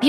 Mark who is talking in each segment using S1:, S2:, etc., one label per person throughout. S1: 美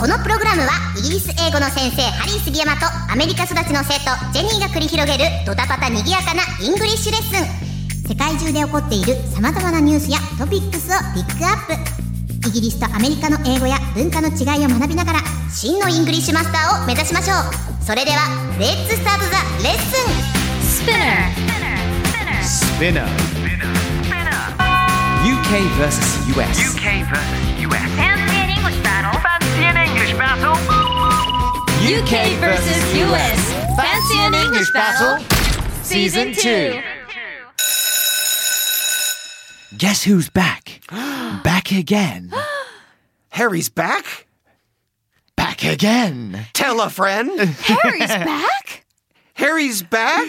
S2: このプログラムはイギリス英語の先生ハリー杉山とアメリカ育ちの生徒ジェニーが繰り広げるドタパタにぎやかなイングリッシュレッスン世界中で起こっている様々なニュースやトピックスをピックアップイギリスとアメリカの英語や文化の違いを学びながら真のイングリッシュマスターを目指しましょうそれではレッツスタートザレッスン
S3: Spinner. UK versus US.
S4: UK versus US. Fancy an English battle. Fancy an English battle.
S3: UK versus US. Fancy an English battle? Season 2. Guess who's back? back again.
S5: Harry's back?
S3: Back again.
S5: Tell a friend.
S6: Harry's back?
S5: Harry's back?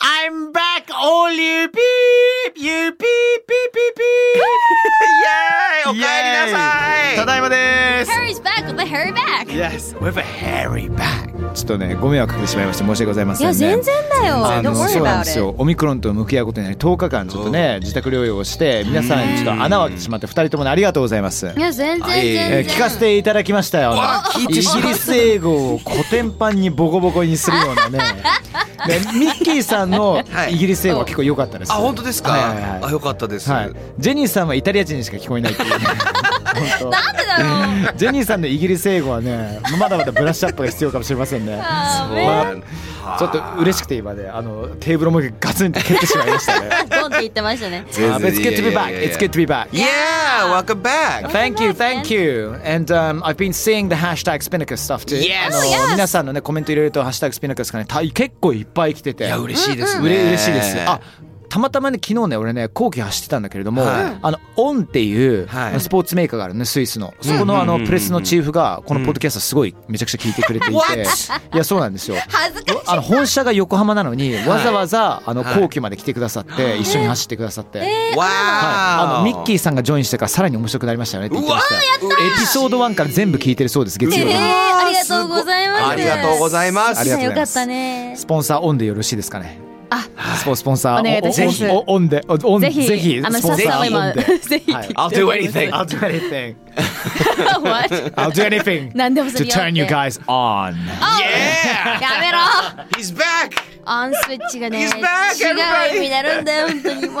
S3: I'm back, all you beep, you beep, beep, beep, beep.
S5: イェーイおかえりなさい
S7: ただいまです
S6: Harry's back with a Harry back.
S3: Yes, with a hairy back.
S7: ちょっとねご迷惑かけてしまいまして申し訳ございませ
S6: い
S7: んね
S6: や、全然だよ。
S7: あ
S6: Don't
S7: の
S6: worry
S7: そうなんです
S6: about it.
S7: よオミクロンと向き合うことになり10日間ちょっとね自宅療養をして皆さんにちょっと穴を開けてしまって2人ともねありがとうございます
S6: いや、全然
S7: え
S6: 全
S7: ー
S6: 然。
S7: 聞かせていただきましたよイギリス英語を古典版にボコボコにするよう なねでミッキーさんの
S5: はい
S7: イギリス英語は結構良かったです
S5: あ、本当ですか、
S7: はいはいは
S5: あ、
S7: い
S5: よかったです。
S7: はい、ジェニーさんはイタリア人にしか聞こえないっていうね本
S6: なんでだ ろう
S7: 当ジェニーさんのイギリス英語はねまだまだブラッシュアップが必要かもしれませんね
S6: あ ー。
S7: まあちょっと嬉しくて今ねあのテーブルもガツンと蹴ってしまい ましたね
S6: ドンって言ってましたね。
S7: Uh, but It's good to be back It's good to be back
S5: Yeah, welcome back.
S7: Thank you,
S6: Welcome back,
S7: thank you. And um, I've been seeing the hashtag Spinnaker stuff too.
S5: Yes.
S7: あの
S6: Oh, yes.
S7: 皆さんのねコメント入れるとハッシュタグスピナカスがねた結構いっぱい来てて。
S5: いや、嬉しいですね。
S7: うれ嬉しいです。あ。たまたまね昨日ね俺ね後期走ってたんだけれども、
S5: はい
S7: あのオンっていう、
S5: はい
S7: あのスポーツメーカーがあるねスイスのそこのあのプレスのチーフがこのポッドキャストすごいめちゃくちゃ聞いてく れていて、いやそうなんですよ。
S6: 恥ずかしい。
S7: あの本社が横浜なのにわざわざあの
S5: はい
S7: 後期まで来てくださって、一緒に走ってくださって。
S5: わ
S7: はい、あ
S5: あ、
S7: のミ ッキーさんがジョインしてからさらに面白くなりましたよねって言ってました
S5: うわーやった
S7: エピソード1から全部聞いてるそう です月
S6: え
S7: 曜
S6: ー、
S7: 日、
S6: ありがとうございます。
S5: ありがとうございます。
S7: ありがとうござい
S6: よか
S7: ま
S6: っ
S7: す
S6: たね。
S7: スポンサーオンでよろしいですかねあスポスポンサー
S6: お願いいたします
S7: おおおオンでおオン
S6: ぜひ、
S7: ぜひ
S6: あの、
S7: ス
S6: さ
S7: ポ
S6: っ
S7: ンサ
S6: さ
S7: ー
S6: を
S7: オ
S6: 今、
S7: ンで
S6: ぜひ。
S7: はい
S5: I'll do anything.
S7: I'll do anything
S6: What?
S7: I'll do anything
S6: 何でもす
S7: to
S6: るよって。
S7: turn you guys on
S5: Yeah!
S6: やめろ
S5: He's back!
S6: オンスイッチがね、違
S5: He's back,
S6: う
S5: everybody.
S6: 意味になるんだよ、本当に。もう、も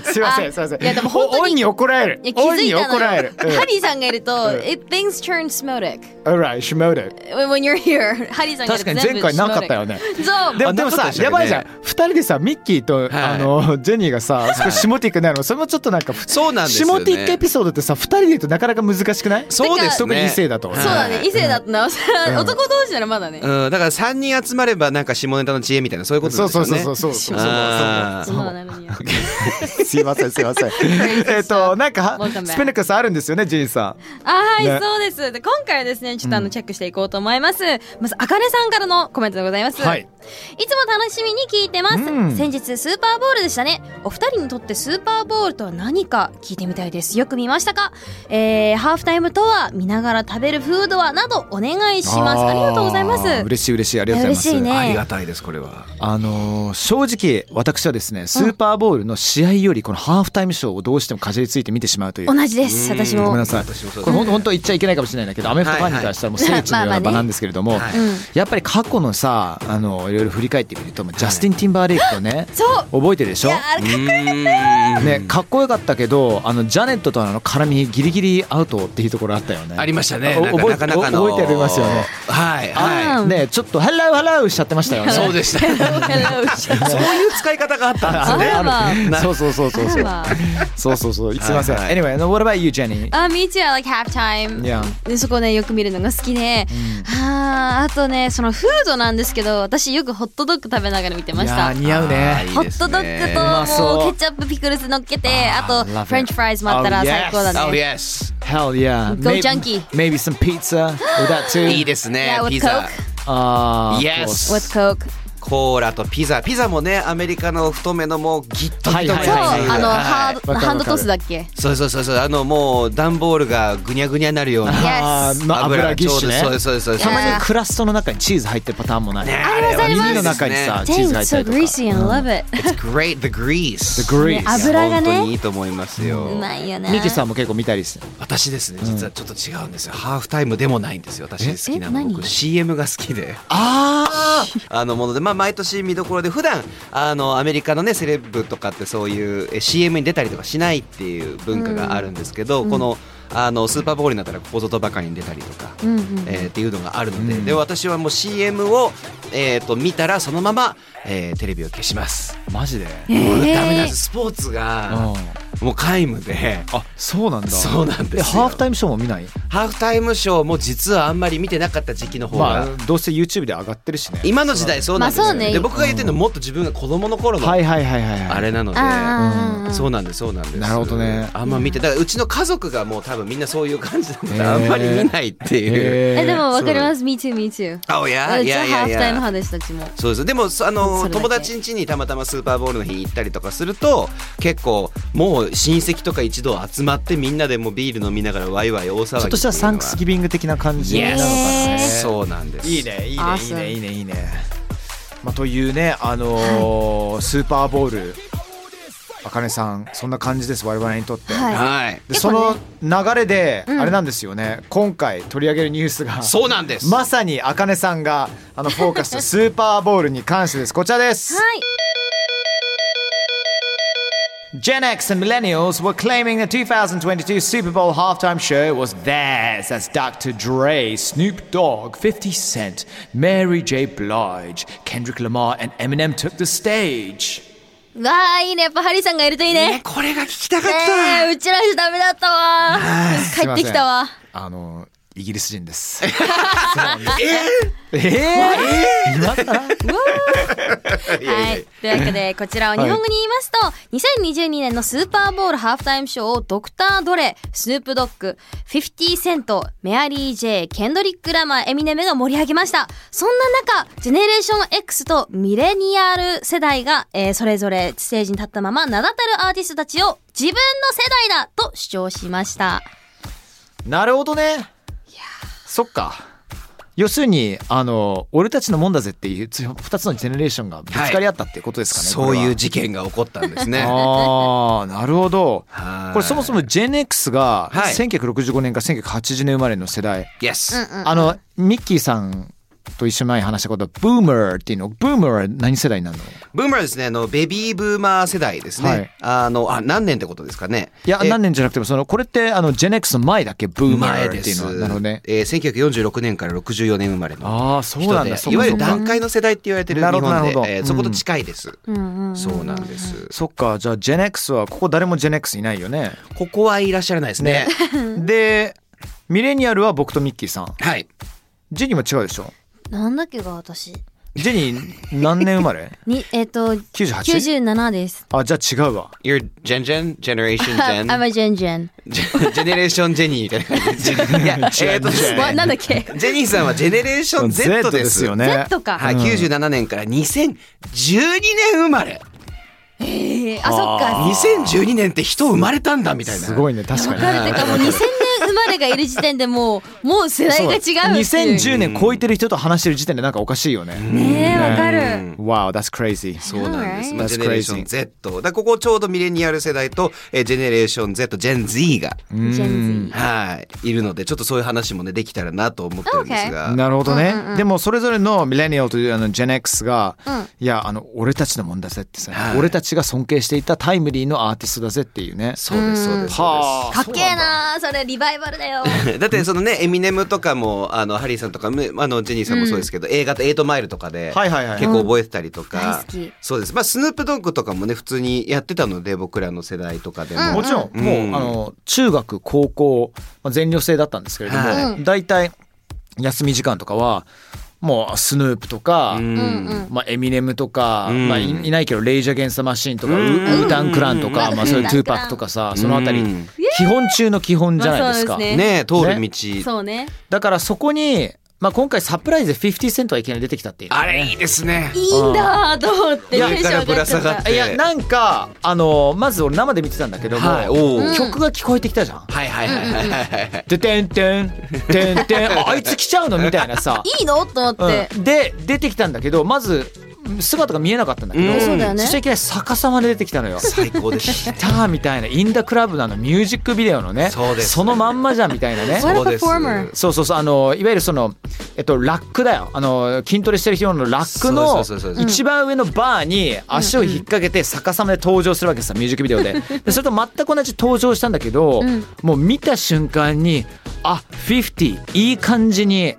S7: すいませんすいません
S6: いや、でも本当
S7: おオン
S6: に。
S7: に怒られる
S6: いや気
S7: オン
S6: づい
S7: に
S6: た
S7: 怒
S6: の
S7: られる
S6: よ。ハリーさんがいると、
S7: うん
S6: it things turn smotic
S7: Alright, s h m o d e
S6: when when you're here。ハリーさんがい
S7: 確
S6: る
S7: か
S6: と
S7: に
S6: 全部
S7: 前
S6: smotic。
S7: 回なかったよね
S6: そう。
S7: で
S5: あ
S7: で
S5: なか
S7: もさ
S5: ったでしたっけね
S7: やばいじゃん二人でさミッキーと、あのジェニー がさ少し下ティックになるのそれもちょっとなんかふ
S5: そうなんですよね
S7: 下ティックエピソードってさ二人で言うとなかなか難しくない
S5: そうですね
S7: 特に異性だと
S6: そうだね、異性だとなおさら、
S7: うん
S6: 男同士ならまだね。
S5: うん、だから三人集まればなんか下ネタの知恵みたいなそういうことなんです
S7: そ
S5: よ
S7: う
S5: ね。
S7: そうそう
S5: う
S7: そうそう
S5: あ
S6: そうなの によ。
S7: すいませんすいませ んえっとなんか
S6: Welcome back
S7: スペネクスあるんですよねジェニーさん
S6: あはい、
S7: ね
S6: そうです。で今回はですね、ちょっとあのチェックしていこうと思います。まずあかねさんからのコメントでございます。
S7: はい。
S6: つも楽しみに聞いてます。
S7: うん
S6: 先日スーパーボールでしたね。お二人にとってスーパーボールとは何か聞いてみたいです。よく見ましたか？えー、ハーフタイムとは見ながら食べるフードはなどお願いします。ありがとうございます。
S7: あー嬉しい嬉しいありがとうございます
S6: 嬉しいね
S5: りがたいですこれは。
S7: あのー正直私はですねスーパーボールの試合よりこのハーフタイムショーをどうしてもかじりついて見てしまうという
S6: 同じです。私も。
S7: ごめんなさい。こ
S5: 私もそう
S7: れ本当本当言っちゃいけないかもしれないんだけど、アメフトファンに
S5: はいはい
S7: 対してはもう聖地のよう
S6: まあまあ
S7: な
S6: ね
S7: 場なんですけれども、
S5: はい
S7: やっぱり過去のさ、あのいろいろ振り返ってみると、もうジャスティンティンバーレイクとね、
S6: そう。
S7: 覚えてるでし
S6: い
S7: ょ
S6: や。あれ
S7: ね、かっこよかったけど、あのジャネットとのあの絡みギリギリアウトっていうところあったよね。
S5: ありましたね。
S7: お
S5: なんか
S7: 覚え
S5: なかなかの
S7: 覚えてありますよね。
S5: はい
S6: あ
S5: は
S7: ね、ちょっとハローハローしちゃってましたよね。
S5: い。そうで した。そ
S6: そう
S5: いう使い方があったんです
S6: あ
S5: ね。
S6: らば。
S7: そうそうそうそう そう。そうそうそう。すみません。
S5: はい
S7: Anyway, no, what about you, Jenny?
S6: Ah, me too. I like halftime.
S7: Yeah.
S6: でそこねよく見るのが好きで、あーあとねそのフードなんですけど私よくホットドッグ食べながら見てま
S7: い
S6: し
S7: や
S6: た
S7: ー似合う
S5: あーいいです
S7: ね。
S5: ね
S6: ホットド
S7: うま
S6: ッグと
S7: そう
S6: もうケチャップピクルス乗っけてあ
S7: あー
S6: と
S7: love it
S6: フレンチフライズもあったら
S7: Oh, yes.
S6: 最高だ
S5: Oh
S6: ね、
S5: yes.
S7: Hell yeah.
S6: Go junkie.
S7: Maybe some pizza with that too.
S5: いいですね
S6: Yeah, with
S5: ピザ
S7: Ah, of
S5: Yes.
S7: course.
S6: with Coke
S5: コーラとピザピザもねアメリカの太めのもうギッと太めの
S7: はい
S6: そう
S7: はいはい
S6: あの
S5: はい
S6: ハード
S7: わかるわかる
S6: ハンドトスだっけ
S5: そうそうそうそうあのもう段ボールがぐにゃぐにゃになるような
S7: Ah,
S6: Yes.
S7: まあ油ぎっしゅね
S5: そうですそうですそうです
S7: たま
S6: いや
S7: にクラストの中にチーズ入ってるパターンもない。
S5: ねあれは
S6: あります
S7: 耳の中にさ、チー
S6: Dang
S7: ズ入
S6: it's
S7: った
S6: so
S7: りとか。
S6: greasy and I love it
S5: It's great the grease
S7: The grease
S6: ね油がね
S5: いや本当にいいと思いますよ
S6: うまいよね
S7: ミキさんも結構見たりして。
S5: 私ですね実はちょっと違うんですよ、ハーフタイムでもないんですよ私好きなの
S6: え何
S5: 僕 CM が好きで
S7: あ
S5: あのもので、まあ、毎年見どころで普段あのアメリカのねセレブとかってそういうえ CM に出たりとかしないっていう文化があるんですけど、このあのスーパーボールになったらここぞとばかりに出たりとか、
S6: うんうん
S5: えーっていうのがあるので,、
S7: うん
S5: で私はもう CM を、えー、と見たらそのまま、えーテレビを消します。
S7: マジで
S5: もうダメなん
S6: え
S5: ですスポーツ
S7: あ
S5: がもう皆無で
S7: あ、そうなんだ。
S5: そうなんですよ
S7: えハーフタイムショーも見ない
S5: ハーフタイムショーも実はあんまり見てなかった時期の方が、
S7: まあ、どうせ YouTube で上がってるしね。
S5: 今の時代そうなんですよ、
S6: まあそうね
S5: で僕が言ってるのもっと自分が子供の頃の
S7: はいはいはいはいはい。
S5: あれなので、
S6: ああ
S5: そうなんですそうなんです
S7: なるほどね
S5: あんま見てだからうちの家族がもう多分みんなそういう感じなの
S7: へ
S5: で
S7: ー
S5: あんまり見ないっていう、
S7: へー
S6: えでもわかります Me too me too
S5: あおやい
S6: じゃ
S5: や
S6: あ
S5: い
S6: ハー
S5: やい
S6: フタイム
S5: や
S6: 派ですたちも
S5: そうですでもそあの
S6: それだけ
S5: 友達ん家にたまたまスーパーボールの日に行ったりとかすると結構もう親戚とか一同集まってみんなでもうビール飲みながらワイワイ大騒ぎっていうのは
S7: ちょっとしたサンクスギビング的な感じなのかなね。
S5: そうなんです
S7: いいねいいねいい
S6: Awesome
S7: ねいいねいいね。まあ、というね、あのースーパーボール、あかねさん、そんな感じです、我々にとって。
S6: は
S5: はい
S7: でその流れで、あれなんですよね、今回取り上げるニュースが、
S5: そうなんです
S7: まさにあかねさんがあのフォーカスしたスーパーボールに関してです。こちらです。
S6: はい
S7: Gen X and millennials were claiming the 2022 Super Bowl halftime show was theirs as Dr. Dre, Snoop Dogg, 50 Cent, Mary J. Blige, Kendrick Lamar, and Eminem took the stage.
S6: いわあいいねやっぱハリーさんがいるといいね
S5: これが聞きたかっ
S6: ねえうちらじゃダメだったわ
S7: すい
S6: 帰っ
S7: ません
S6: てきたわ
S7: あの、イギリス人です。えええ今更
S6: はい、というわけでこちらを日本語に言いますと、2022年のスーパーボールハーフタイムショーをドクター・ドレスヌープ・ドッグ50セントメアリー・ジェイケンドリック・ラマーエミネムが盛り上げましたそんな中ジェネレーション X とミレニアル世代が、えーそれぞれステージに立ったまま名だたるアーティストたちを自分の世代だと主張しました
S7: なるほどね。そっか。要するに、あの、俺たちのもんだぜっていう、つ二つのジェネレーションがぶつかり合ったってことですかね。
S5: そう
S7: これ
S5: い
S7: は
S5: う事件が起こったんですね。
S7: ああ、なるほど。
S5: はい
S7: これそもそも GenX が
S5: はい
S7: 1965年か1980年生まれの世代、
S5: Yes。
S7: あのミッキーさんと一緒に前に話したことはブーマーっていうのブーマーは何世代なの
S5: ブーマーですね。あの、ベビーブーマー世代ですね。
S7: はい
S5: あの、あ、何年ってことですかね。
S7: いや
S5: え
S7: 何年じゃなくてもそのこれってあの GenX の前だっけブーマーっていうのは
S5: 前です
S7: なるほどね
S5: えー、1946年から64年生まれの
S7: ああそう
S5: 人
S7: なん
S5: で
S7: だそっ
S5: い
S7: か
S5: わゆ
S7: そっ
S5: る
S7: か
S5: 段階の世代って言われてる
S7: な
S5: 日
S7: るほど
S5: 本
S7: なるほど
S5: で、えーそこと近いです。
S6: うんうん
S5: そうなんです。
S7: そっかじゃあ GenX はここ誰も GenX いない よね
S5: ここはいらっしゃらないですね。
S7: でミレニアルは僕とミッキーさん
S5: はい。
S7: ジェニーも違うでしょ
S6: なんだっけが私
S7: ジェニー何年生 まれ
S6: にえっ、と
S7: 98?
S6: 97です
S7: あじゃあ違うわ
S5: Your Gen Gen Generation
S6: あ I'm a
S5: Gen
S6: gen gen
S5: Generation Jenny みたいな感じで。いや、えーとです
S6: わ
S5: ね
S6: なんだっけ
S5: ジェニーさんはジェネレーション Z ですよね。
S7: ね
S6: Z か
S5: はい、97年から2012年生まれ
S6: えーあそっか
S5: 2012年って人生まれたんだみたいな
S7: すごいね確かに
S6: わかるてかもう2000年生まれがいる時点でもうもう世代が違うっていう
S7: 2010年超えてる人と話してる時点でなんかおかしいよね。
S6: ねえわかる、
S7: Wow, that's crazy.
S5: そうなんです、まあ、
S7: That's
S5: ジェネレーション Z だからここちょうどミレニアル世代と、えージェネレーション Z ジェン Z が
S6: ジェンズ
S5: はいいるのでちょっとそういう話もねできたらなと思ってるんですが、
S7: なるほどね。でもそれぞれのミレニアルというあのジェネックスが、いやあの俺たちのもんだぜってさ、
S5: はい
S7: 俺たちが尊敬していたタイムリーのアーティストだぜっていうね。
S5: そうですそうです
S7: は
S5: そ
S7: あ
S6: かっけえなーそれリバイバルだよ
S5: うですだってそのねエミネムとかもあのハリーさんとかむあのジェニーさんもそうですけど、映画とエイトマイルとかで
S7: はいはいはい
S5: 結構覚えてたりと
S6: うん大
S5: か
S6: 好、き
S5: そうですまあスヌープドッグとかもね普通にやってたので僕らの世代とかでも、
S7: もちろん、
S5: うん
S7: もうあの中学高校、まあ、全寮制だったんですけれども、
S5: は
S7: 大体休み時間とかはもうスヌープとか、まあ、エミネムとか、
S5: うん
S7: まあ、いいないけどレイジャー・ゲンスタ・マシーンとか、
S5: うん
S7: ウウータン・クランとか、
S6: うん
S7: まあ、そういうトゥーパックとかさそのあたり
S5: うん
S7: 基本中の基本じゃないです
S6: ま
S7: か、
S6: あそうです
S5: ねえ通る道、
S6: そうね
S7: だからそこに、まあ、今回サプライズで50セントはいきなり出てきたっていう
S5: あれいいですね
S6: いいんだーと思って
S5: いや
S6: テンション
S5: 上から
S6: 上がっちゃっ
S5: ぶら下が
S6: た
S5: っ
S7: いやなんかあのまず俺生で見てたんだけども、
S5: はいおー
S7: 曲が聞こえてきたじゃん。
S5: はいはいはいはいはいはい
S7: でてんてんてんてん ああいつ来ちゃうのみたいなさ。
S6: いいのと思って、
S7: うんで出てきたんだけどまず姿が見えなかったんだけど、
S5: うんそう
S6: だよね
S7: そしていきなり逆さまで出てきたのよ。
S5: 最高でし
S7: ギターみたいなインダクラブなのミュージックビデオのね
S5: そうです
S7: のまんまじゃんみたいなね
S5: た
S6: What
S5: そ
S6: a
S5: うです
S6: performer
S7: そうそうそうあのいわゆるそのえっとラックだよあの筋トレしてる人のラック
S5: そ
S7: の
S5: うそうそうそう
S7: 一番上のバーに足を引っ掛けて逆さまで登場するわけさミュージックビデ オででそれと全く同じ登場したんだけど、もう見た瞬間にあ50いい感じに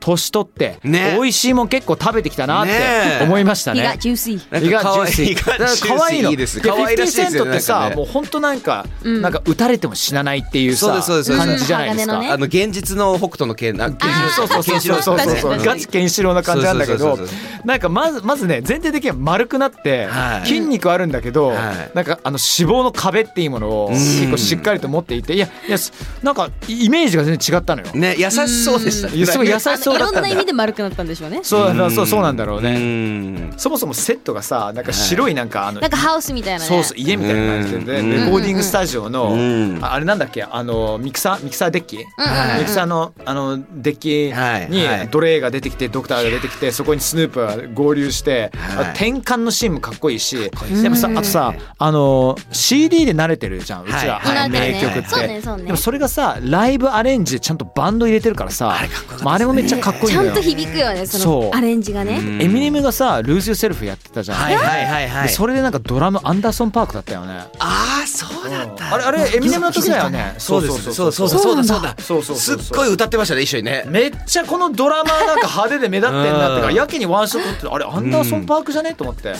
S7: 年取って、
S5: ね
S7: 美味しいもん結構食べてきたなっ
S5: ね
S7: て
S5: え
S7: 思いました
S6: 日
S7: ね
S6: がジューシー
S5: なんか可愛いい感じ
S7: 可愛いの。
S5: いいです可愛らしいです
S7: 50セン
S5: よ
S7: ト
S5: ね
S7: って
S5: なんか
S7: さ、
S5: ね
S7: もう本当なんか、なんか打たれても死なないっていう
S5: そう
S7: さ
S5: ですそうですそうです
S7: 感じじゃないです
S6: う
S7: か
S6: ん。
S5: あの現実の北斗の拳なケンシ
S7: そ
S5: ロ
S7: う
S5: ウ
S7: そうそうそうそうそうそうガチケンシロウな感じなんだけ
S5: そ
S7: ど
S5: うそうそうそ
S7: なんかまずまずね全体的には丸くなって
S5: はい
S7: 筋肉あるんだけど
S5: はい
S7: なんかあの脂肪の壁っていうものを
S5: ん
S7: 結構しっかりと持っていていやいやすなんかイメージが全然違ったのよ。
S5: ね優しそうでした
S7: いやすごい優し
S6: あ
S7: そ
S6: の
S7: う
S6: い
S7: だ
S6: ろ
S7: っ
S6: ん
S7: たん
S6: な意味
S7: だ。
S6: で丸くなったんでしょうね
S7: そうだそうそうなんだろう
S5: う
S7: ね。
S5: ん
S7: そもそもセットがさなんか白いなんかあの
S6: なんかハウスみたいなね
S7: そうそう家みたいな感じで、
S5: うん
S7: でレコーディングスタジオの、
S5: うん
S7: ああれなんだっけあのミキサーミキサーデッキ、
S5: はい
S7: ミキサーのあのデッ
S5: はい
S7: キ
S5: は
S7: に
S5: い
S7: ドレイが出てきてドクターが出てきてそこにスヌープが合流して、
S5: はい
S7: あ転換のシーンもかっこいいしでもさあとさあの CD で慣れてるじゃんうちら、
S5: はい
S7: 名曲って、
S6: そうねそうね
S7: でもそれがさライブアレンジでちゃんとバンド入れてるからさあれあ、あれもめっちゃかっこいい
S6: ち
S7: の
S6: ゃ
S7: よ
S6: んと響くよねそ
S7: そう
S6: のアレンジがね
S7: エミネムがさ「ルーズ・ユーセルフ」やってたじゃん、
S5: はいはいはいは
S7: で
S5: い
S7: それでなんかドラムアンダーソン・パークだったよね
S5: ああそうだった
S7: あれあれエミネムの時だよね。
S5: そうですそうそうそうだそうだ
S7: そうそうそうそう
S5: すっごい歌ってましたね一緒にね
S7: めっちゃこのドラマーなんか派手で目立ってんなってからやけにワンショット撮っててあれアンダーソンパークじゃねと思って。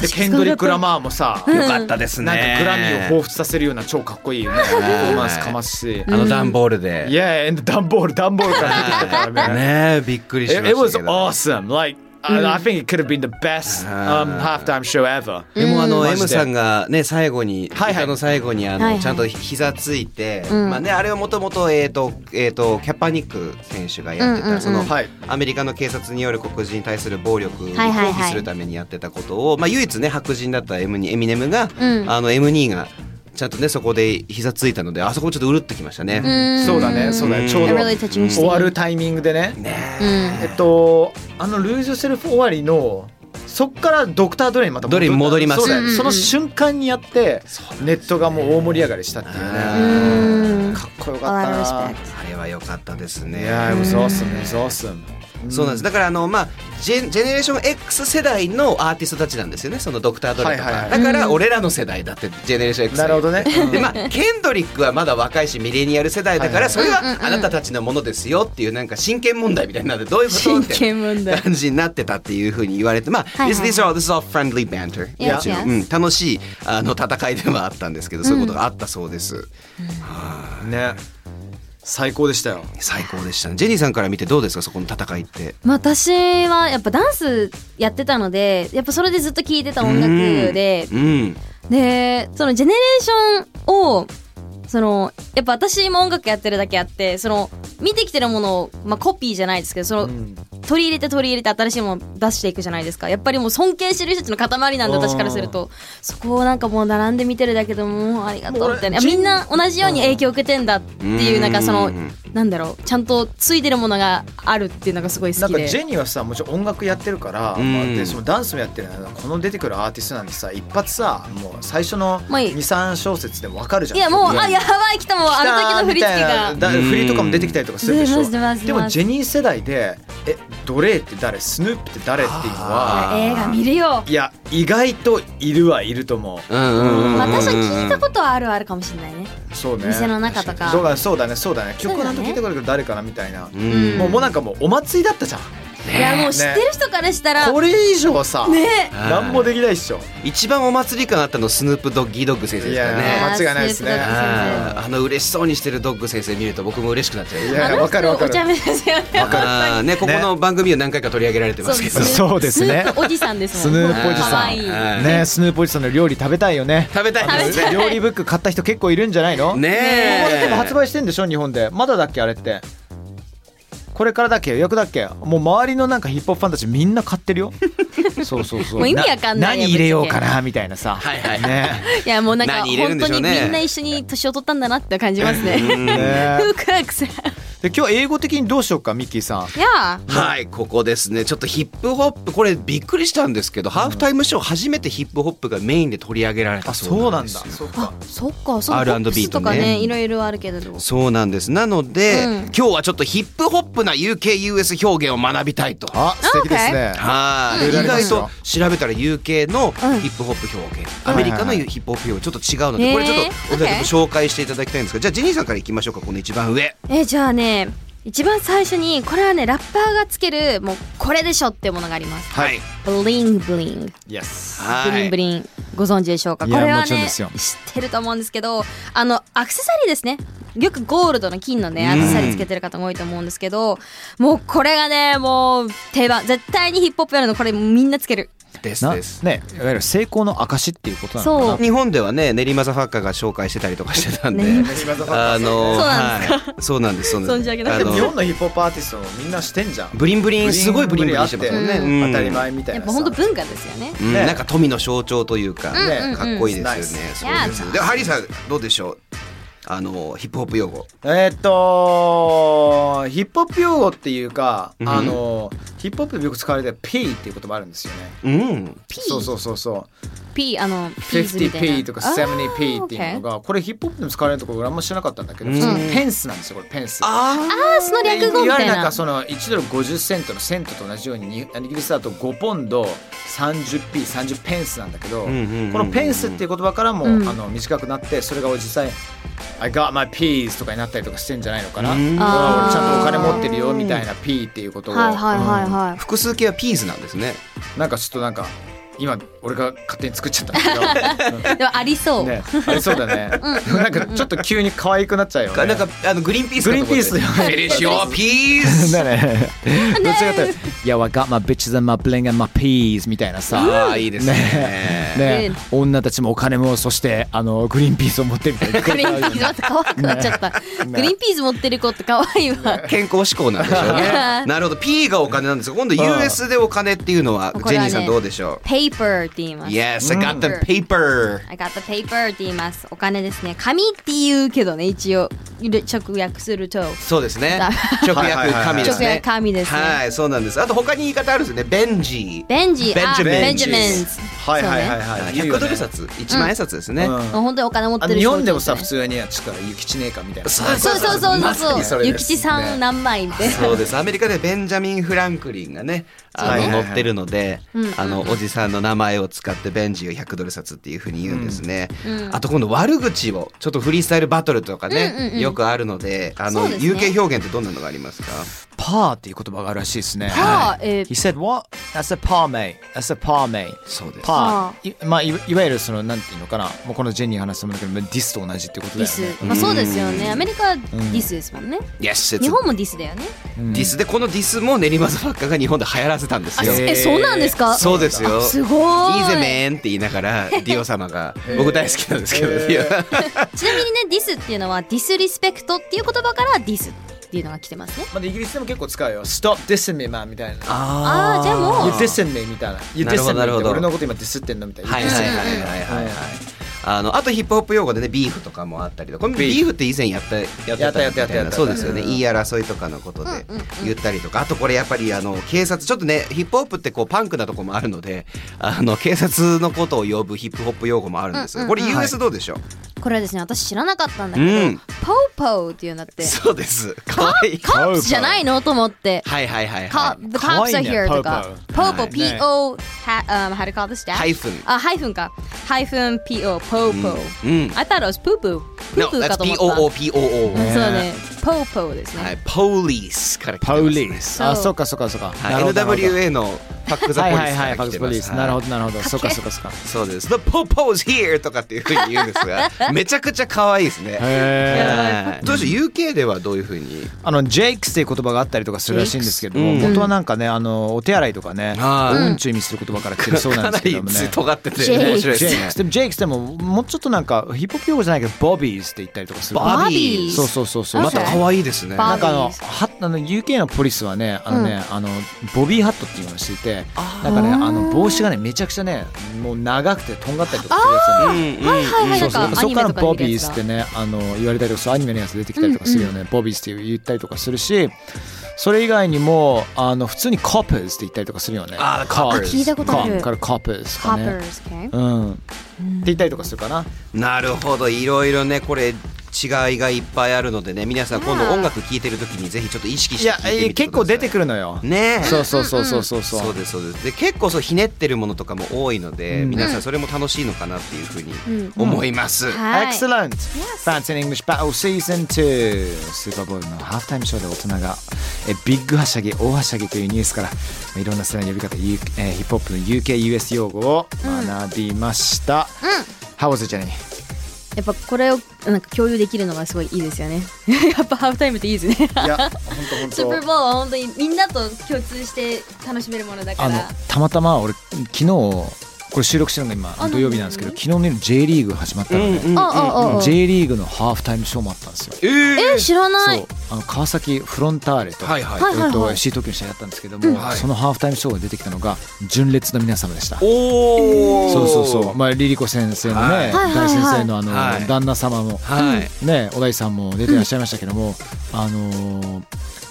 S7: でケンドリック・ラマーもさ。
S5: よかったですね
S7: なんかグラミーを彷彿させるような超かっこいいよねパフォーマンスかますし
S5: あの段ボールで
S7: いやいやダンボールダンボールから出てきたからね
S5: ねえびっくりし
S7: It,
S5: ま
S7: it
S5: し
S7: was
S5: たけど
S7: awesome like I, I think it could have been the best um, halftime show ever
S5: でもあ
S7: う
S5: の
S7: ん
S5: M さんがね最後に
S7: はいはい
S5: 歌の最後にあ
S6: はいは
S5: の
S6: い
S5: ちゃんと膝ついてまあねあれをもともとえっとえっとキャパニック選手がやって
S6: うんうんう
S5: た
S6: ん
S5: その
S7: はい
S5: アメリカの警察による黒人に対する暴力に抗
S6: はいはいはい
S5: 議するためにやってたことをまあ唯一ね白人だった M にエミネムが
S6: うん
S5: あの M2 がちゃんとねそこで膝ついたのであそこちょっとうるっときましたね。
S6: ん
S7: そうだねそうだねちょうど
S6: It really touched me.
S7: 終わるタイミングでね
S6: うん
S7: えっと、あのルージュセルフ終わりの。そっからドクタードレにまた
S5: ドレに戻ります
S7: そうだよ
S6: うん
S7: その瞬間にやって、ネットがもう大盛り上がりしたっていう
S5: あ
S7: ね。
S6: うん
S7: かっこよ
S6: A lot of
S7: かっ
S6: respect
S5: あれは良かったです
S7: た。
S5: ね。
S7: いやー、it was awesome, it was awesome.
S5: そうなんです。だからあのまあジェジェネレーション X 世代のアーティストたちなんですよね。そのドクタードレとか、
S7: はいはいはい
S5: だから俺らの世代だってジェネレーション X
S7: なるほどね。
S5: でまあ、ケンドリックはまだ若いしミレニアル世代だか
S7: はいはい
S5: らそれはあなたたちのものですよっていうなんか真剣問題みたいなのでどういうこと
S6: 真
S5: って
S6: 剣問題
S5: 感じになってたっていうふうに言われてまあ、
S6: いはい
S5: this, this, are all, this is all friendly banter も
S6: Yes,
S5: ちろん
S6: yes.
S5: うん、楽しいあの戦いではあったんですけどそういうことがあったそうです、
S7: ね。最高でしたよ。
S5: 最高でしたねジェニーさんから見てどうですかそこの戦いって
S6: まあ私はやっぱダンスやってたのでやっぱそれでずっと聴いてた音楽で
S5: うん
S6: でそのジェネレーションをそのやっぱ私も音楽やってるだけあってその見てきてるものを、まあ、コピーじゃないですけどその、取り入れて取り入れて新しいものを出していくじゃないですかやっぱりもう尊敬してる人たちの塊なんで
S7: うん
S6: 私からするとそこをなんかもう並んで見てるだけでもうありがとうみたいな
S7: もう俺
S6: みんな同じように影響を受けてんだっていう
S5: うん
S6: なんかその
S5: うん
S6: なんだろうちゃんとついてるものがあるっていうのがすごい
S7: な
S6: 好
S7: ん
S6: き
S7: か
S6: で
S7: ジェニーはさもちろん音楽やってるから、
S5: ん
S7: まあ、でそのダンスもやってるのこの出てくるアーティストなんてさ一発さもう最初の
S6: まあいい
S7: 23小節でわかるじゃん
S6: いやもう
S7: 曲が
S6: あやばい来たもうあの時の振り付けが
S7: だ振りとかも出てきたりとかするでし
S6: 出
S7: ょ
S6: ます出ます
S7: で
S6: 出ます
S7: もジェニー世代でえドレーって誰スヌープって誰っていうのは
S6: 映画見るよ
S7: いや意外といるはいると思
S5: うんうんうんうんうん
S6: まあ私は聞いたことはあるあるかもしれないね
S7: うそうね
S6: 店の中とか
S7: そうだそうだねそうだね曲はなんか
S6: そうだね
S7: 聞いてくるけど誰かなみたいな、
S5: うん
S7: もうもうなんかもうお祭りだったじゃん
S6: いやもう知ってる人からしたら、
S3: これ以上さ、
S6: ね
S3: なんもできないっしょ。
S5: 一番お祭り感あったのスヌープドッギードッグ先生
S3: い
S5: ですか
S3: や
S5: らね
S3: ー、間違いないですね。
S5: あーあの嬉しそうにしてるドッグ先生見ると僕も嬉しくなっちゃう
S3: いやいや、わかるわか
S6: お
S3: る。
S6: 茶目ですよね。
S5: あーねここの番組を何回か取り上げられてますけど
S6: ね
S7: そうですね
S6: スヌープおじさんですもん。
S7: スヌープおじさん
S6: 可愛いい。
S5: はい
S7: ねスヌープおじさんの料理食べたいよね
S5: 食べたいですね
S7: 料理ブック買った人結構いるんじゃないの
S5: ね
S7: まだでも
S5: え
S7: 発売してんでしょ日本でまだだっけあれってこれからだっけ予約だっけもう周りのなんかヒップホップファンたちみんな買っ てるよそうそうそう
S6: もう意味わかんないよ
S7: 何入れようかなみたいなさ
S5: はいはい
S7: ね
S6: いやもうなんか
S5: 何入れるんで
S6: 本当
S5: しょう
S6: に
S5: ね
S6: みんな一緒に年を取ったんだなって感じますね。
S7: ね
S6: ふうかくさん。
S7: で今日英語的にどうしようかミッキーさん
S6: いや
S5: はいここですねちょっとヒップホップこれびっくりしたんですけど、ハーフタイムショー初めてヒップホップがメインで取り上げられたそうなんですよ
S7: そうか
S6: そっかそっか。
S5: R&B
S6: ポップスとか
S5: とね
S6: ねいろいろあるけれど。
S5: そうなんですなので、
S6: うん
S5: 今日はちょっとヒップホップな UKUS 表現を学びたいと
S7: あ素敵ですね
S5: はい
S7: いろい
S5: 意
S7: ろあり
S5: 外
S7: ますよ
S5: と調べたら UK のヒップホップ表現、アメリカの
S7: はいはい
S5: ヒップホップ表現ちょっと違うので、
S6: へー
S5: これちょっとお二人とも紹介していただきたいんですがじゃあジェニーさんからいきましょうかこの一番上
S6: えじゃあね一番最初にこれはねラッパーがつけるもうこれでしょっていうものがあります。
S5: はい
S6: ブリンブリン。
S7: イエス
S5: は
S6: ブリンブリンご存知でしょうか
S7: い
S6: こ
S7: や
S6: れは
S7: もちろん
S6: ね
S7: です
S6: 知っ
S7: よ
S6: てると思うんですけどあのアクセサリーですねよくゴールドの金のねアクセサリーつけてる方も多いと思うんですけどもうこれがねもう定番絶対にヒップホップやるのこれみんなつける
S5: です
S7: な
S5: です
S7: ねいわゆる成功の証っていうことなの
S6: そう
S5: 日本ではね練馬ザファッカーが紹介してたりとかしてたんで、
S6: 練
S5: あの
S6: そうなんですか
S5: はいそうなんですそうなんです
S6: 存じ上げなかった
S5: あの
S7: 日本のヒップホップアーティストもみんなしてんじゃん
S5: ブリンブリンすごいブリンブリンしてますもんね、
S7: ブリンブリンあって当たり前みたい
S6: やっ
S7: な
S6: ぱ
S7: さ
S6: 本当文化ですよね
S5: うん
S7: ね
S5: なんか富の象徴というか、
S7: んうんうん
S5: かっこいいですよね。そうで
S6: ナイ
S5: す。
S6: ス
S5: でハリーさんどうでしょう。あのヒップホップ用語。
S7: えーっとヒップホップ用語っていうか、
S5: うん
S7: あのヒップホップでよく使われてる P っていう言葉あるんですよね。
S5: うん。
S6: P
S7: そうそうそうそう。
S6: P あの P ズみたいな
S7: 50P とか 70P っていうのが、これヒップホップでも使われるところ俺あんま知らなかったんだけど、
S5: うん
S7: 普通にペンスなんですよこれペンス。
S5: あ
S6: あーその略語み
S7: わ
S6: た
S7: ゆ
S6: い
S7: るなん
S6: な
S7: かその1ドル50セントのセントと同じようににイギリスだと5ポンド 30p30 ペンスなんだけど、
S5: うんうんうんうん
S7: このペンスっていう言葉からも、
S6: うん
S7: あの短くなってそれが実際 I got my peas とかになったりとかしてんじゃないのかな、
S5: うん
S7: うわ俺ちゃんとお金持ってる
S5: あ
S7: よ
S5: ー
S7: みたいな p っていうことを、
S6: はいはいはい
S7: うん
S6: は
S5: あ。
S6: い
S5: 複数形はピーズなんですね。
S7: なんかちょっとなんか今俺が勝手に作っちゃったんだけ ど
S6: でもありそう、
S7: ねありそうだねでもなんかちょっと急に可愛くなっちゃうよね
S5: なんかあのグリーンピース
S7: グリーンピース
S5: フィニッシュオピー ス。
S7: だね。どっちかというと、Yeah, I got my bitches and my bling and my peas みたいなさ。
S5: ああいいですね。
S7: ね
S6: うん、
S7: 女たちもお金もそしてあのグリーンピースを持ってるみたいな
S6: グリーンピースまた可愛くなっちゃった、グリーンピース持ってる子って可愛いわ、
S5: 健康志向なんでしょう ね
S6: ね。
S5: なるほど。P がお金なんですが、今度 US でお金っていうのは
S6: こ
S5: ジ
S6: れ
S5: ェ
S6: は
S5: ニーさ
S6: ね
S5: んどうでしょ。
S6: paper って言いうます
S5: Yes, I got the paper.
S6: I got the paper って言います。お金ですね。紙って言うけどね、一応直訳すると。
S5: そうですね
S6: だ。
S5: 直訳神ですね。
S6: 直訳神ですね
S5: はい、そうなんです。あと他に言い方あるんですよね。ベンジー。
S6: ベンジ、あ、 ベンジ
S5: Benjamins
S6: ャミンズ。
S3: はいはいはい
S6: い。
S3: はい。
S5: 100ドル札、1万円札ですね。
S7: うん
S6: 本当にお金持って
S7: あ
S6: る
S7: の
S6: 人
S7: 日本でもさ
S6: 多い
S7: 普
S6: す
S7: 通にはちょっと雪地ねえかみたいな
S5: そう
S6: よねそうそうそう
S5: まさ
S6: そう
S5: に
S6: そう。
S7: れ
S6: ゆ
S7: です
S6: きちさん何枚みたいな。
S5: そうですアメリカでベンジャミン・フランクリンがねあ
S7: はいはいは
S5: の
S7: い
S5: 載ってるので
S6: うん
S5: あのおじさんの名前を使ってベンジを100ドル札っていうふうに言うんですね、あと今度悪口をちょっとフリースタイルバトルとかね、
S6: うんうんうん
S5: よくあるのであの
S6: そうですね
S5: UK 表現ってどんなのがありますか
S7: パーっていう言葉があるらしいですね
S6: パーえー
S7: He said what? That's a par mate That's a par mate
S5: そうです
S7: パーいまあいわいわゆるそのなんていうのかなもうこのジェニーの話もだけどまあディスと同じってことだ
S6: ディ
S7: よね
S6: ス。まあそうですよね。アメリカはディスですもんね。
S5: Yes, it's
S6: 日本もディスだよね。
S5: ディスでこのディスも練馬ザファッカーが日本で流行らせたんです
S6: あ、
S5: よ。
S6: え、そうなんですか
S5: そうですよ。
S6: あすごい
S5: いいぜめーんって言いなが らディオ様が僕大好きなんですけど、ディオ
S6: ちなみにね、ディスっていうのはディスリスペクトっていう言葉からディスっていうのが来てますね。
S7: まあイギリスでも結構使うよ Stop dissing me man みたいな
S6: ああー、じゃあもう
S7: You。dissing me みたいな You
S5: なるほ
S7: dissing
S5: どなる
S7: me っ
S5: ほ
S7: て
S5: ど
S7: 俺のこと今ディスってんのみたいな
S5: はい
S7: You
S5: はい
S7: dissing
S5: は
S7: me
S5: いはいはいはい。あのあとヒップホップ用語でねビーフとかもあったりとかこのビーフって以前やったやって
S7: やったやったやった
S5: みい
S7: や
S5: な
S7: った
S5: そうですよね言い争いとかのことで言ったりとかあとこれやっぱりあの警察ちょっとねヒップホップってこうパンクなとこもあるのであの警察のことを呼ぶヒップホップ用語もあるんですがこれ US どうでしょう
S6: これはですね、私知らなかったんだけど、
S5: うん
S6: ポーポーっていうんだって。
S5: そうです可愛い
S6: カープじゃないのと思って。
S5: はいはいはいは
S6: カ
S5: い
S6: ー The cops are here とか。ポーポ
S5: はい
S6: ー P-O、ha- um, how do you call this?
S5: ハイフン
S6: あ、ハイフンか。ハイフン P-O、ポーポー。
S5: うん
S6: I thought it was poo poo. プ
S5: No,
S6: ープー
S5: that's
S6: かと思
S5: P
S6: った。
S5: O O P O O。
S6: そうね。ポーポーですね、
S5: はい、ポリスから来てます、ね。
S7: Police あ、
S6: そう
S7: そっかそっかそっか。
S5: はい
S7: なるほど
S5: NWA のパックザ
S7: はい
S5: ポリ
S7: はい
S5: スか
S7: は
S5: ら
S7: い、
S5: 来
S7: パク
S5: て
S7: スポ
S5: ます。
S7: リス。なるほ
S5: ど。
S7: どなるほど。そっかそっかそっか。
S5: そうです。The Popo's here とかっていうふうに言うんですが、めちゃくちゃ可愛いですね。はいどうでしょう UK ではどういうふうに。
S7: あのジェイクスっていう言葉があったりとかするらしいんですけども、
S5: Jakes
S7: 元はなんかねあのお手洗いとかね、
S5: あー
S7: うんちを意味する言葉から来てるそう
S5: か
S7: なんで
S5: な
S7: すけ
S5: り
S7: どもね。
S5: 尖ってて
S6: ジェイク
S5: 面白い
S7: ジ
S5: で
S7: ェイ
S5: す
S7: クス
S5: ね。
S7: でもジェイクスでももうちょっとなんかヒップホップ用語じゃないけどボビーズって言ったりとかする。
S5: バビー
S6: ー
S7: そうそうそうそう。
S5: また可愛いですね。
S6: バ
S7: なんかあの
S6: バービー
S7: はあの UK のポリスはねあのね、あのボビーハットっていうのをしていてなんかねあの帽子がねめちゃくちゃねもう長くてとんがったりとかするやつなの
S6: はいはいはい
S7: そ
S6: な
S7: うんそう
S6: かア
S7: そ
S6: ニ
S7: こ
S6: メ
S7: から
S6: とかに
S7: ボ
S6: いる
S7: ビ
S6: や
S7: ー
S6: つ
S7: ズ
S6: だ
S7: ってねあの言われたりとかそうアニメのやつ出てきたりとかするよね、ボビーズって言ったりとかするしそれ以外にもあの普通にコップーズって言ったりとかするよね
S5: あー
S7: コップーズ
S6: 聞いたことあ
S7: コ
S6: る
S7: ップからコップーズ
S6: カ
S7: か
S6: ッパ
S7: ね
S6: ーズ系
S7: うんって言ったりとかするかな
S5: なるほどいろいろねこれ違いがいっぱいあるのでね皆さん今度音楽聴いてる時にぜひちょっと意識
S7: い
S5: して
S7: や
S5: 聴いてみてください
S7: え結構出てくるのよ
S5: ねえ
S7: そうそうそうそうそうそう
S5: そうですそうですで結構そうひねってるものとかも多いので、
S7: うん
S5: 皆さんそれも楽しいのかなっていうふうに思います、
S6: はい
S7: Excellent! Fancy in English Battle Season 2! スーパーボールのハーフタイムショーで大人がえビッグはしゃぎ、大はしゃぎというニュースからいろんな世代の呼び方、U えーヒップホップの UK、US 用語を学びました。How was it, Jenny?
S6: やっぱこれをなんか共有できるのがすごいいいですよね やっぱハーフタイムっていいですね
S7: いや、本
S6: スーパーボールは本当にみんなと共通して楽しめるものだか
S7: あの
S6: ら、
S7: たまたま俺、昨日、これ収録してるのが今
S6: あ
S7: 土曜日なんですけど、昨日の夜 J リーグ始まったので、
S6: ああああ
S7: J リーグのハーフタイムショーもあったんですよ。
S5: えー
S6: え知らない
S7: そうあの川崎フロンターレと,、
S5: はいはい
S6: はいはいはい
S7: えっと FC 東京の試合だったんですけども、
S5: はい
S7: そのハーフタイムショーが出てきたのが純烈の皆様でした。
S5: おお
S7: そうそうそう、まあ、リリコ先生のね、
S5: はい
S6: はいはい
S7: 大先生のあの、
S5: はい
S7: 旦那様も、
S5: はい、
S7: ね、小田井さんも出てらっしゃいましたけども、あのー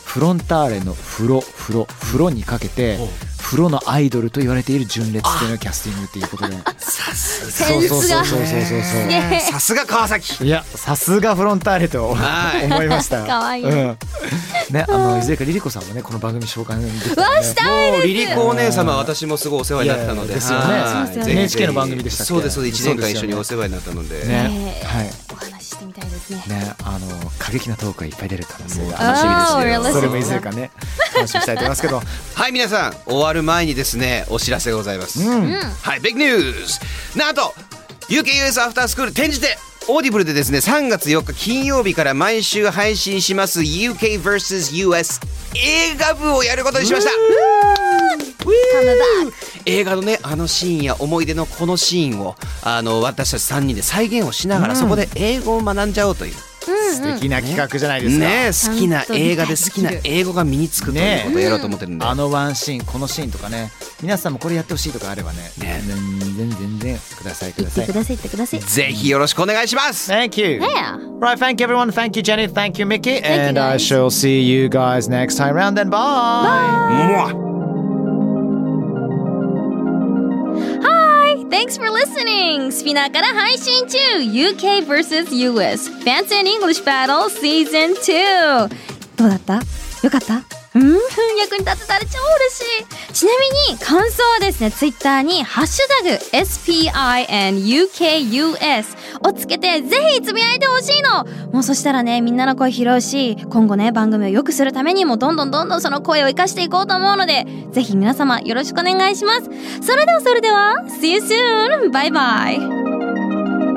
S7: フロンターレの風呂風呂風呂にかけて風呂のアイドルと言われている純烈というのをキャスティングということで
S6: センスが
S7: そうそうそうそうそうそう
S6: すげえ
S5: さすが川崎
S7: いやさすがフロンターレと
S5: はい
S7: 思いました。
S6: 可愛い
S7: うん、ねあのいずれかリリコさんもねこの番組紹介できたらね
S6: わしたい
S5: もうリリコお姉様私もすごいお世話になったので
S7: いやですよね
S5: はい
S6: そうです
S5: ぜひ
S6: よね
S5: ぜひ
S7: NHK の番組でしたっけ
S5: そうですそうです1年間一
S7: そ
S5: 緒
S7: うですよね
S5: にお世話になったので、
S7: ねはい
S6: お話ししてみたいですね
S7: ねあの過激なトークがいっぱい出る可能性
S5: 楽しみです
S7: が
S5: よ
S6: Oh,
S7: それ
S6: really?
S7: もいずれかね楽しみにしたいと思いますけど
S5: はい皆さん終わる前にですねお知らせがございます、はいビッグニュースなんと UKUS アフタースクール展示でオーディブルでですね3月4日金曜日から毎週配信します UKVSUS 映画部をやることにしました映画のねあのシーンや思い出のこのシーンをあの私たち3人で再現をしながら、そこで英語を学んじゃおうという
S7: 素敵な企画じゃないですか、
S5: ね好きな映画で好きな英語が身につくということをやろうと思ってるんで、
S7: あのワンシーンこのシーンとかね皆さんもこれやってほしいとかあればね
S5: ね
S7: 全然全然くださいくだ
S6: 言っ
S7: さ
S6: て
S7: い
S6: ください言ってください
S5: ぜひよろしくお願いします。
S7: Thank you.
S6: Yeah.
S7: Right, thank you everyone. Thank you, Jenny. Thank you, Mickey.
S6: you,
S7: and I
S6: guys.
S7: shall see you guys next time round. Then bye.
S5: もわ
S6: Hi! Thanks for listening! スピナーから配信中 !UK vs.US Fancy and English Battle Season 2! どうだったよかったうん役に立てたら超嬉しいちなみに感想はですね、Twitter にハッシュタグ SPINUKUS をつけてぜひつぶやいてほしいのもうそしたらね、みんなの声拾うし、今後ね、番組を良くするためにもどんどんどんどんその声を生かしていこうと思うので、ぜひ皆様よろしくお願いしますそれではそれでは See you soon! バイバイ